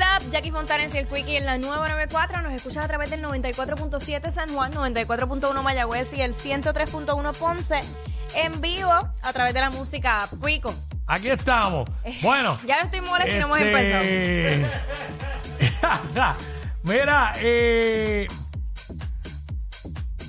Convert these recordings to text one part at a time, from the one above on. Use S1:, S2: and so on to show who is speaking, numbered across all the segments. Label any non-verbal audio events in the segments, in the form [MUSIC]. S1: up, Jackie Fontanes y el Quickie en la nueva 94. Nos escuchas a través del 94.7 San Juan, 94.1 Mayagüez y el 103.1 Ponce en vivo a través de la música app. Quico.
S2: Aquí
S1: [LAUGHS]
S2: estamos. Bueno.
S1: Ya estoy molesta y no hemos empezado.
S2: este- [LAUGHS] Mira, eh,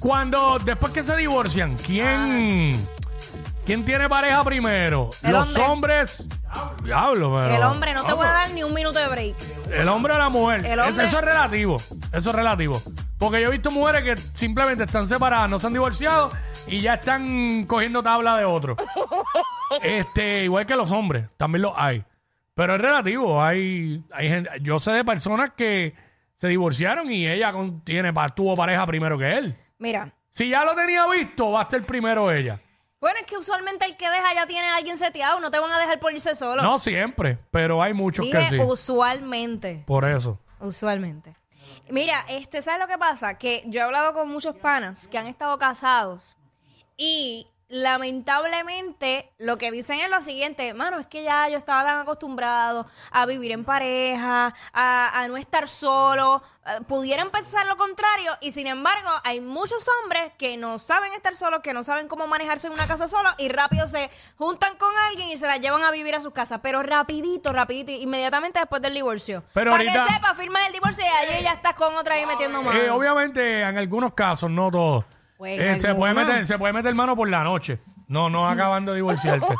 S2: cuando después que se divorcian, ¿quién, ¿quién tiene pareja primero?
S1: El
S2: Los
S1: hombre.
S2: hombres. Diablo, pero-
S1: El hombre, no te voy a
S2: Vamos.
S1: dar ni un minuto de break.
S2: El hombre o la mujer.
S1: El
S2: Es-
S1: hombre-
S2: Eso es relativo. Eso es relativo. Porque yo he visto mujeres que simplemente están separadas, no se han divorciado y ya están cogiendo tabla
S1: [LAUGHS]
S2: de otro. este, igual que los hombres, también los hay. Pero es relativo. Hay, hay gente, yo sé de personas que se divorciaron y ella con- tiene, pa- tuvo pareja primero que él.
S1: Mira.
S2: Si ya lo tenía visto, va a ser primero ella.
S1: Bueno, es que usualmente el que deja ya tiene a alguien seteado. No te van a dejar por irse solo.
S2: No siempre, pero hay muchos que
S1: Dije
S2: sí.
S1: usualmente.
S2: Por eso.
S1: Usualmente. Mira, este, ¿sabes lo que pasa? Que yo he hablado con muchos panas que han estado casados y lamentablemente lo que dicen es lo siguiente, mano, es que ya yo estaba tan acostumbrado a vivir en pareja, a, a no estar solo, Eh, pudieran pensar lo contrario y sin embargo hay muchos hombres que no saben estar solos, que no saben cómo manejarse en una casa solo y rápido se juntan con alguien y se la llevan a vivir a sus casas, pero rapidito, rapidito, inmediatamente después del divorcio.
S2: Pero
S1: Para
S2: ahorita-
S1: que sepa, firmas el divorcio y allí ya estás con otra ahí metiendo mano.
S2: Eh, obviamente, en algunos casos, no todos.
S1: Pues,
S2: Eh,
S1: en
S2: se, puede
S1: algunos.
S2: meter, se puede meter mano por la noche. No, no acabando de
S1: [LAUGHS]
S2: divorciarte.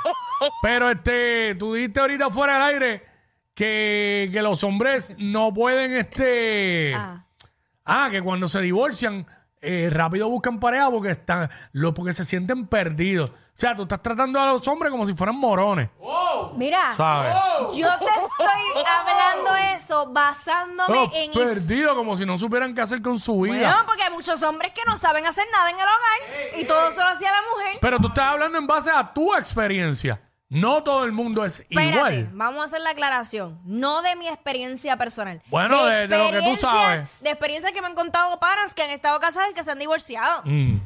S2: Pero este, tú dijiste ahorita fuera del aire que, que los hombres no pueden, este. Ah,
S1: Ah.
S2: que cuando se divorcian, eh, rápido buscan pareja porque están, lo- porque se sienten perdidos. O sea, tú estás tratando a los hombres como si fueran morones.
S1: Mira,
S2: ¿Sabes?
S1: yo te estoy hablando eso basándome
S2: Todos
S1: en his-
S2: perdidos, como si no supieran qué hacer con su vida.
S1: Bueno, porque hay muchos hombres que no saben hacer nada en el hogar y todo solo hacía la mujer.
S2: Pero tú estás hablando en base a tu experiencia. No todo el mundo es
S1: Espérate,
S2: igual.
S1: vamos a hacer la aclaración. No de mi experiencia personal.
S2: Bueno, de- de lo que tú
S1: experiencias-
S2: sabes.
S1: De experiencias que me han contado panas que han estado casadas y que se han divorciado.
S2: Mm.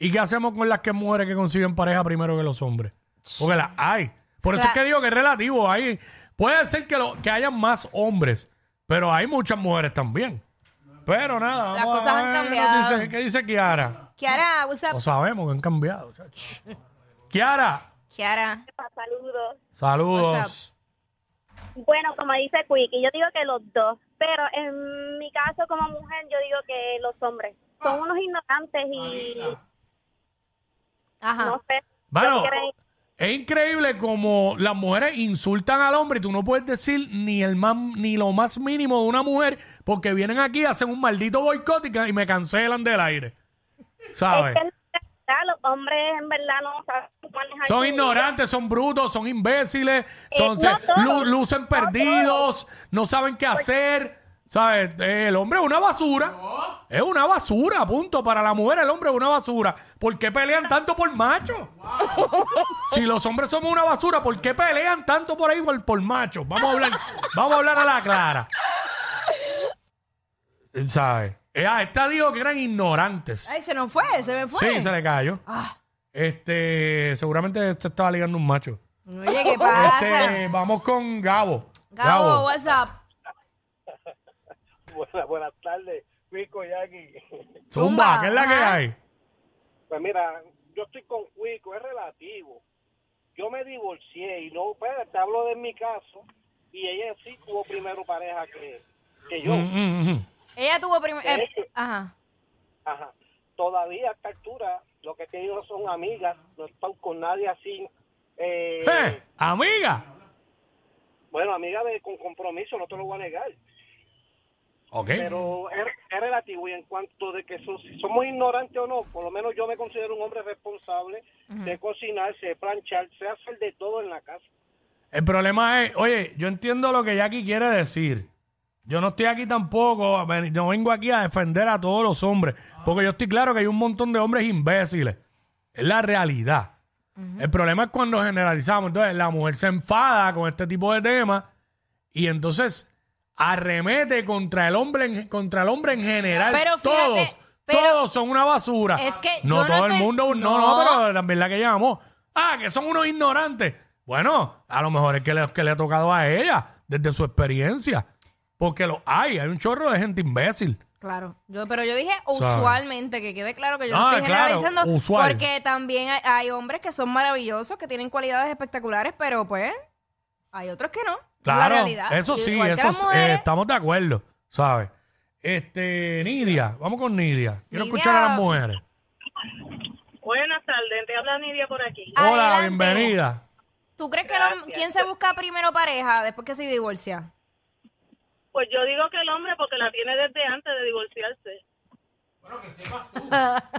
S2: ¿Y qué hacemos con las que mujeres que consiguen pareja primero que los hombres? Porque las hay. Por eso es
S1: Claro.
S2: que digo que es relativo. Hay, puede ser que, lo, que hayan más hombres, pero hay muchas mujeres también. Pero nada,
S1: Las
S2: vamos a
S1: cosas han
S2: ver qué nos
S1: cambiado.
S2: dice- ¿Qué dice Kiara?
S1: Kiara, what's up?
S2: Lo sabemos que han cambiado. chach. Kiara,
S1: Kiara,
S3: Saludos.
S2: saludos.
S1: What's
S3: Bueno, como dice Quickie, yo digo que los dos, pero en mi caso como mujer, yo digo que los hombres
S2: Ah.
S3: son unos ignorantes y
S1: ajá.
S3: no sé.
S2: Bueno,
S3: yo creo-
S2: es increíble como las mujeres insultan al hombre y tú no puedes decir ni el más, ni lo más mínimo de una mujer porque vienen aquí, hacen un maldito boicot y, ca- y me cancelan del aire. ¿Sabes?
S3: es que en verdad los hombres en verdad no saben manejar su
S2: Son
S3: vida.
S2: ignorantes, son brutos, son imbéciles, son,
S3: Eh, no
S2: se-
S3: todos, Pues
S2: lu- lucen
S3: no
S2: perdidos, no saben qué hacer. ¿Sabes? Eh, El hombre es una basura. Es una basura, punto. Para la mujer, el hombre es una basura. ¿Por qué pelean tanto por macho? si los hombres somos una basura, ¿por qué pelean tanto por ahí por, por macho? Vamos a hablar, vamos a hablar a la clara. ¿Sabes? Eh, ah, esta dijo que eran ignorantes.
S1: Ay, se nos fue, se me fue.
S2: Sí, se le cayó.
S1: Ah.
S2: Este, seguramente este estaba ligando un macho.
S1: Oye, ¿qué pasa?
S2: Este, vamos con Gabo.
S1: Gabo, what's up?
S4: Buenas, buenas tardes, Cuico y Jackie.
S2: Zumba,
S1: Zumba,
S2: ¿qué es la que
S1: ajá.
S2: hay?
S4: [LAUGHS] Pues mira, yo estoy con Cuico, es relativo. Yo me divorcié y no, pero te hablo de mi caso y ella sí tuvo primero pareja que, que yo.
S2: Mm, mm, mm.
S1: Ella tuvo primero.
S4: Eh.
S1: ajá.
S4: Ajá. Todavía a esta altura lo que he tenido son amigas, no estoy con nadie así. eh,
S2: Eh, amiga.
S4: Bueno, amiga de, con compromiso, no te lo voy a negar.
S2: Ok.
S4: Pero es, es relativo y en cuanto de que so- si somos ignorantes o no, por lo menos yo me considero un hombre responsable de cocinarse, de plancharse, hacer de todo en la casa.
S2: El problema es, oye, yo entiendo lo que Jackie quiere decir. Yo no estoy aquí tampoco, ven- no vengo aquí a defender a todos los hombres, porque yo estoy claro que hay un montón de hombres imbéciles. Es la realidad. El problema es cuando generalizamos. Entonces, la mujer se enfada con este tipo de temas y entonces arremete contra el hombre en, contra el hombre en general.
S1: Pero fíjate,
S2: todos,
S1: pero-
S2: todos son una basura.
S1: Es que
S2: no
S1: yo no
S2: todo el
S1: estoy-
S2: mundo, no,
S1: no.
S2: no, pero la verdad que llamó. Ah, que son unos ignorantes. Bueno, a lo mejor es que le, que le ha tocado a ella desde su experiencia. Porque lo hay, hay un chorro de gente imbécil.
S1: Claro, yo, pero yo dije
S2: ¿Sabes?
S1: usualmente, que quede claro que yo
S2: Ah,
S1: no estoy
S2: claro,
S1: generalizando,
S2: usual.
S1: porque también hay, hay hombres que son maravillosos, que tienen cualidades espectaculares, pero pues hay otros que no. la
S2: Claro,
S1: realidad.
S2: eso
S1: Y
S2: sí,
S1: igual que
S2: eso
S1: las
S2: sí, eh,
S1: mujeres,
S2: estamos de acuerdo, ¿sabes? Este, Nidia, vamos con Nidia. Quiero
S1: Nidia.
S2: escuchar a las mujeres.
S5: Buenas tardes, te habla Nidia por aquí.
S2: Hola,
S1: Adelante.
S2: bienvenida.
S1: ¿Tú crees que lo- quién se busca primero pareja después que se divorcia?
S5: Pues yo digo que el hombre porque la tiene desde antes de divorciarse.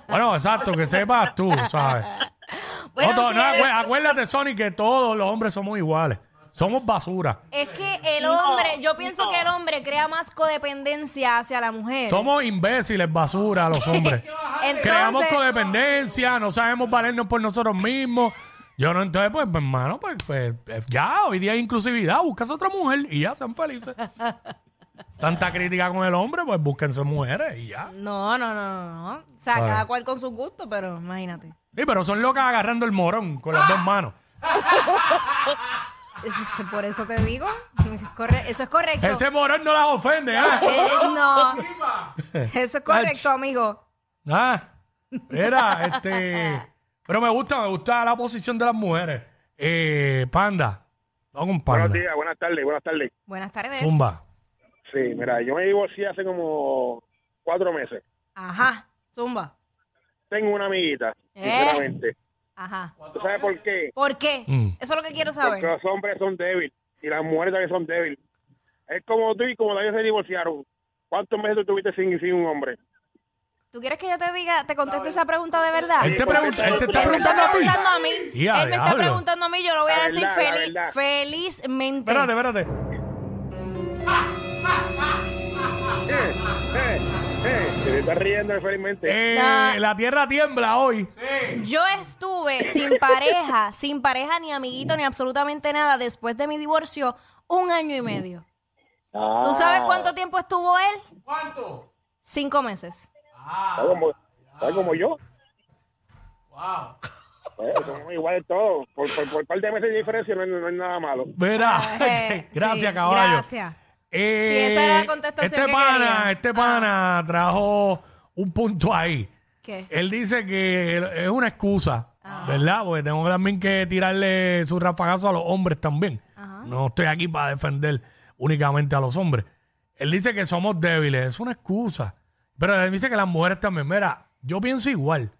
S2: Bueno, exacto, que sepas tú,
S1: [LAUGHS]
S2: ¿sabes? No, to-
S1: sí,
S2: no,
S1: es-
S2: acué- acuérdate, Sony, que todos los hombres somos iguales. Somos basura.
S1: es que el hombre, yo pienso que el hombre crea más codependencia hacia la mujer.
S2: Somos imbéciles, basura, los hombres.
S1: Entonces-
S2: Creamos codependencia, no sabemos valernos por nosotros mismos. Yo no, entonces, pues, pues, hermano, pues, pues, eh, ya, hoy día hay inclusividad, buscas otra mujer y ya, sean felices. Tanta crítica con el hombre, pues búsquense mujeres y ya.
S1: No, no, no, no, no. O sea,
S2: Vale.
S1: cada cual con su gusto, pero imagínate.
S2: Sí, pero son locas agarrando el morón con las dos manos.
S1: Es- Por eso te digo. es corre- Eso es correcto.
S2: Ese morón no las ofende, ¿ah?
S1: Eh, no. Eso es correcto, amigo.
S2: Ah, era, este. Pero me gusta, me gusta la posición de las mujeres. Eh, panda. Vamos con
S6: Buenos
S2: panda.
S6: días, buenas tardes, buenas tardes.
S1: Buenas tardes.
S2: Zumba.
S6: Sí, mira, yo me divorcié hace como cuatro meses.
S1: Ajá. Zumba.
S6: Tengo una amiguita,
S1: ¿Eh?
S6: sinceramente.
S1: Ajá.
S6: ¿Tú sabes por qué?
S1: ¿Por qué?
S2: Mm.
S1: Eso es lo que quiero
S6: Porque
S1: saber.
S6: los hombres son débiles y las mujeres también son débiles. Es como tú y como también se divorciaron. ¿Cuántos meses tú tuviste sin, sin un hombre?
S1: ¿Tú quieres que yo te diga, te conteste esa pregunta de verdad?
S2: Él te, pregunta, él te está
S1: Él me está
S2: preguntando a ti.
S1: preguntando a mí. Él
S2: Ya,
S1: me está
S2: diablo.
S1: preguntando a mí, yo lo voy a
S6: La
S1: decir
S6: verdad, la
S1: feliz-
S6: verdad.
S1: felizmente.
S2: Espérate, espérate.
S6: Eh, eh, eh, te estás riendo felizmente.
S2: Eh,
S1: Nah.
S2: La tierra tiembla hoy.
S1: Yo estuve sin pareja, sin pareja, ni amiguito, ni absolutamente nada después de mi divorcio, un año y medio.
S6: Ah,
S1: ¿Tú sabes cuánto tiempo estuvo él? ¿Cuánto? Cinco
S2: [LAUGHS]
S1: meses.
S6: Está como, está como yo. Wow. somos iguales todos. Por, por, por par de meses de diferencia no es, no es nada malo.
S2: Verá. [LAUGHS]
S1: Eh,
S2: gracias,
S1: sí,
S2: caballo.
S1: Gracias.
S2: Eh,
S1: Sí, esa era la contestación
S2: Este
S1: que
S2: pana,
S1: quería. Ah.
S2: este pana trajo un punto ahí.
S1: ¿Qué?
S2: Él dice que es una excusa, ¿verdad? Porque tengo también que tirarle su rafagazo a los hombres también. No estoy aquí para defender únicamente a los hombres. Él dice que somos débiles, es una excusa. Pero él dice que las mujeres también. Mira, yo pienso igual.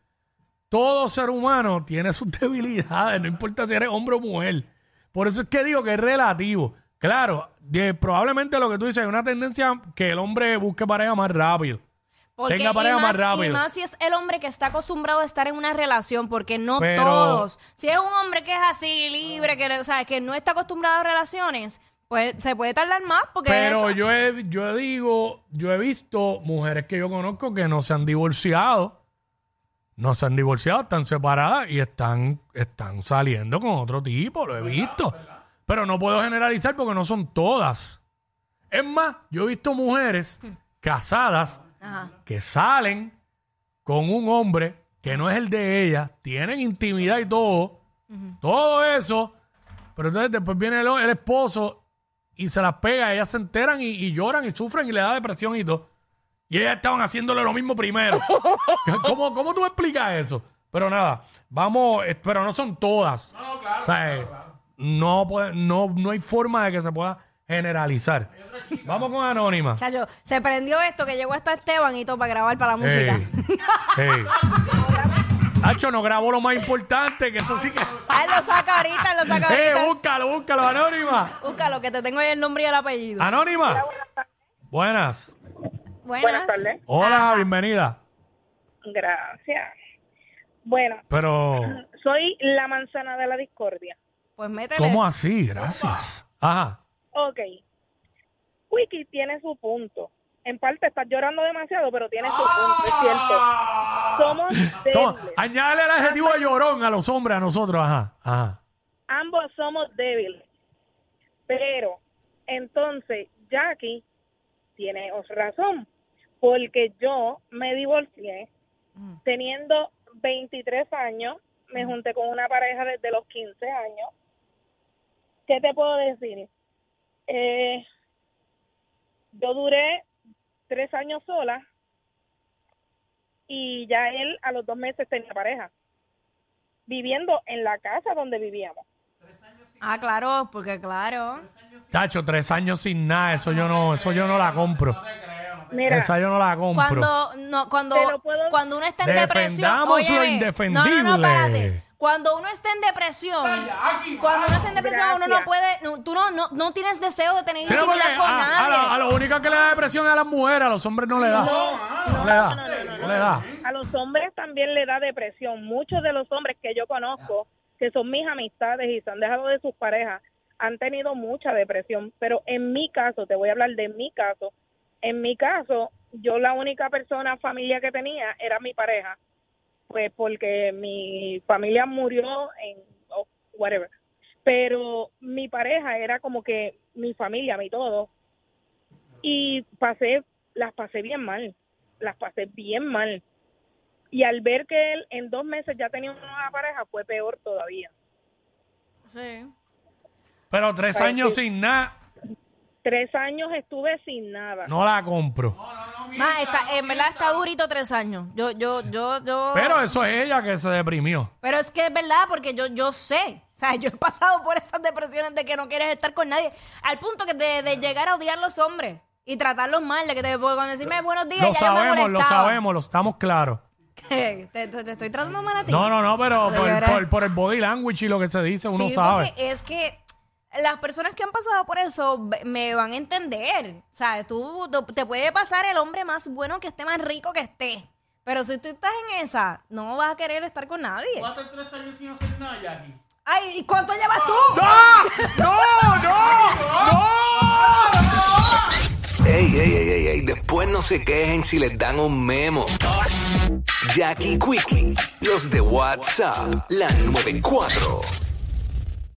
S2: Todo ser humano tiene sus [LAUGHS] debilidades, no importa si eres hombre o mujer. Por eso es que digo que es relativo. Claro, de- probablemente lo que tú dices es una tendencia que el hombre busque pareja más rápido.
S1: Porque
S2: Tenga
S1: y
S2: pareja más
S1: más,
S2: rápido.
S1: Y más si es el hombre que está acostumbrado a estar en una relación, porque no
S2: Pero-
S1: todos. Si es un hombre que es así, libre, que, le- o sea, que no está acostumbrado a relaciones, pues se puede tardar más porque
S2: Pero
S1: es-
S2: yo, he- yo digo, yo he visto mujeres que yo conozco que no se han divorciado, no se han divorciado, están separadas y están, están saliendo con otro tipo, lo he visto. Pero no puedo generalizar porque no son todas. Es más, yo he visto mujeres casadas
S1: Hmm. Ajá.
S2: que salen con un hombre que no es el de ella, tienen intimidad y todo, todo eso, pero entonces después viene el, el esposo y se las pega, ellas se enteran y, y lloran y sufren y le da depresión y todo. Y ellas estaban haciéndole lo mismo [LAUGHS] primero. ¿Cómo, ¿Cómo tú me explicas eso? Pero nada, vamos, eh, pero no son todas. No, claro. O sea, eh, No, puede- no, no hay forma de que se pueda generalizar. Vamos con Anónima.
S1: Chacho, se prendió esto que llegó hasta Esteban y todo para grabar para la música.
S2: Ey, ey. Hacho, no grabó lo más importante, que eso sí que.
S1: Ah, él lo saca ahorita, él lo saca
S2: [LAUGHS] ¡Eh,
S1: ahorita.
S2: búscalo, búscalo, Anónima!
S1: Búscalo, que te tengo ahí el nombre y el apellido.
S2: Ah. ¡Anónima! Buenas.
S1: Buenas.
S5: Buenas tardes.
S2: Hola, bienvenida.
S5: Gracias. Bueno,
S2: Pero,
S5: soy la manzana de la discordia.
S1: Pues métele.
S2: ¿cómo así? Gracias. Ajá.
S5: Ok.
S3: Wiki tiene su punto. En parte estás llorando demasiado, pero tiene su punto, es cierto. Somos
S2: Somos-
S3: débiles.
S2: añádale el adjetivo de llorón a los hombres, a nosotros, ajá, ajá.
S3: ambos somos débiles. Pero entonces Jackie tiene os- razón, porque yo me divorcié teniendo 23 años, me junté con una pareja desde los 15 años. ¿Qué te puedo decir? Eh, yo duré tres años sola y ya él a los dos meses tenía pareja, viviendo en la casa donde vivíamos.
S1: Ah, claro, porque claro.
S2: Tacho, tres años sin nada, eso yo no, eso yo no la compro.
S3: Mira,
S2: Esa yo no la compro.
S1: Cuando, no, cuando,
S3: Te lo puedo-
S1: cuando uno está en depresión.
S2: Defendamos lo
S1: óyeme,
S2: indefendible.
S1: No, no, no, espérate. Cuando uno está en depresión, cuando uno está en depresión, uno no
S3: Gracias.
S1: puede, no, tú no, no, no tienes deseo de tener
S2: Sí, no, porque
S1: intimidad con
S2: a, a
S1: nadie.
S2: la- a ah, lo único que le da depresión es a las mujeres, a los hombres no le da. No, le da. No, le da.
S3: a los hombres también le da depresión. Muchos de los hombres que yo conozco, que son mis amistades y se han dejado de sus parejas, han tenido mucha depresión. Pero en mi caso, te voy a hablar de mi caso. En mi caso, yo la única persona, familia que tenía era mi pareja. Pues porque mi familia murió en o whatever. Pero mi pareja era como que mi familia, mi todo. Y pasé, las pasé bien mal. Las pasé bien mal. Y al ver que él en dos meses ya tenía una nueva pareja, fue peor todavía.
S1: Sí.
S2: Pero tres
S3: Ay,
S2: años
S3: sí.
S2: sin nada,
S3: Tres años estuve sin nada.
S2: no la compro.
S1: Ma, está, en verdad está durito tres años. Yo, yo, yo, yo.
S2: Pero eso es ella que se deprimió.
S1: Pero es que es verdad, porque yo, yo sé. O sea, yo he pasado por esas depresiones de que no quieres estar con nadie. Al punto que de, de llegar a odiar a los hombres y tratarlos mal, de que te, porque cuando decirme buenos días,
S2: Lo
S1: ya yo me
S2: sabemos, lo
S1: molestaba.
S2: sabemos, lo estamos claros.
S1: ¿Te, te, te estoy tratando mal a ti.
S2: No, no, no, pero
S1: Ay,
S2: por,
S1: ahora-
S2: por- por el body language y lo que se dice, uno
S1: sí,
S2: sabe.
S1: porque es que las personas que han pasado por eso ve- me van a entender. O sea, tú tú- te puede pasar el hombre más bueno que esté, más rico que esté. Pero si tú estás en esa, no vas a querer estar con nadie.
S7: Cuatro, tres años sin hacer nada, Jackie.
S1: Ay, ¿y cuánto llevas tú?
S2: ¡Ah! ¡No, no! ¡No!
S8: Ey, ey, ey, ey, ey, después no se quejen si les dan un memo. Jackie Quickie, los de WhatsApp, la 94.